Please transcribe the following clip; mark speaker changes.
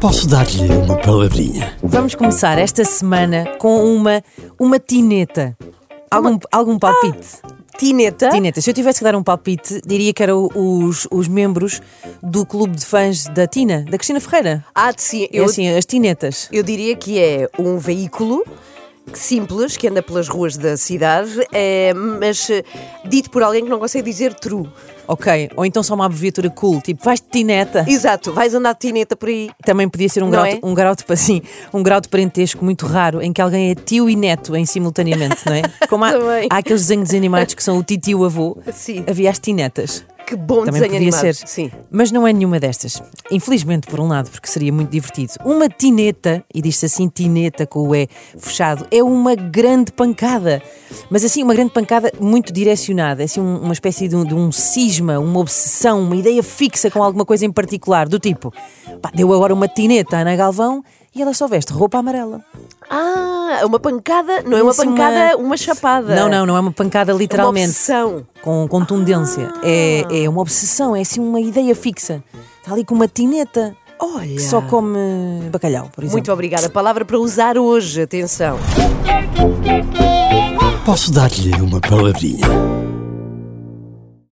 Speaker 1: Posso dar-lhe uma palavrinha?
Speaker 2: Vamos começar esta semana com uma, uma tineta. Algum, algum
Speaker 3: Ah,
Speaker 2: palpite?
Speaker 3: Tineta?
Speaker 2: Tineta. Se eu tivesse que dar um palpite, diria que eram os, os membros do clube de fãs da Tina, da Cristina Ferreira.
Speaker 3: Ah, sim,
Speaker 2: É
Speaker 3: eu,
Speaker 2: assim, as tinetas.
Speaker 3: eu diria que é um veículo simples que anda pelas ruas da cidade, eh, mas eh, dito por alguém que não consegue dizer true.
Speaker 2: Ok. Ou então só uma abreviatura cool, tipo, vais de tineta.
Speaker 3: Exato, vais andar de tineta por aí.
Speaker 2: Também podia ser um
Speaker 3: Não
Speaker 2: grau,
Speaker 3: é?
Speaker 2: um grau de assim, um grau de parentesco muito raro em que alguém é tio e neto em simultaneamente, não é? Como há,
Speaker 3: Também.
Speaker 2: há aqueles desenhos animados que são o tio e o avô,
Speaker 3: Sim.
Speaker 2: havia as tinetas.
Speaker 3: Que bom
Speaker 2: Também
Speaker 3: Um desenho
Speaker 2: podia
Speaker 3: animado.
Speaker 2: ser.
Speaker 3: Sim.
Speaker 2: Mas não é nenhuma destas. Infelizmente, por um lado, porque seria muito divertido. Uma tineta, e diz-se assim tineta com o E fechado, é uma grande pancada. Mas assim, uma grande pancada muito direcionada. É assim um- uma espécie de um, de um cisma, uma obsessão, uma ideia fixa com alguma coisa em particular. Do tipo, pá, deu agora uma tineta à Ana Galvão e ela só veste roupa amarela.
Speaker 3: Ah, é uma pancada, não é uma
Speaker 2: Assim,
Speaker 3: pancada, uma chapada.
Speaker 2: Não, não, não é uma pancada
Speaker 3: Uma Ah.
Speaker 2: literalmente.
Speaker 3: obsessão.
Speaker 2: com contundência. É, é uma obsessão, é assim uma ideia fixa. Está ali com uma tineta
Speaker 3: Olha.
Speaker 2: que só come bacalhau, por exemplo.
Speaker 3: Muito obrigada. Palavra para usar hoje, atenção.
Speaker 1: Posso dar-lhe uma palavrinha?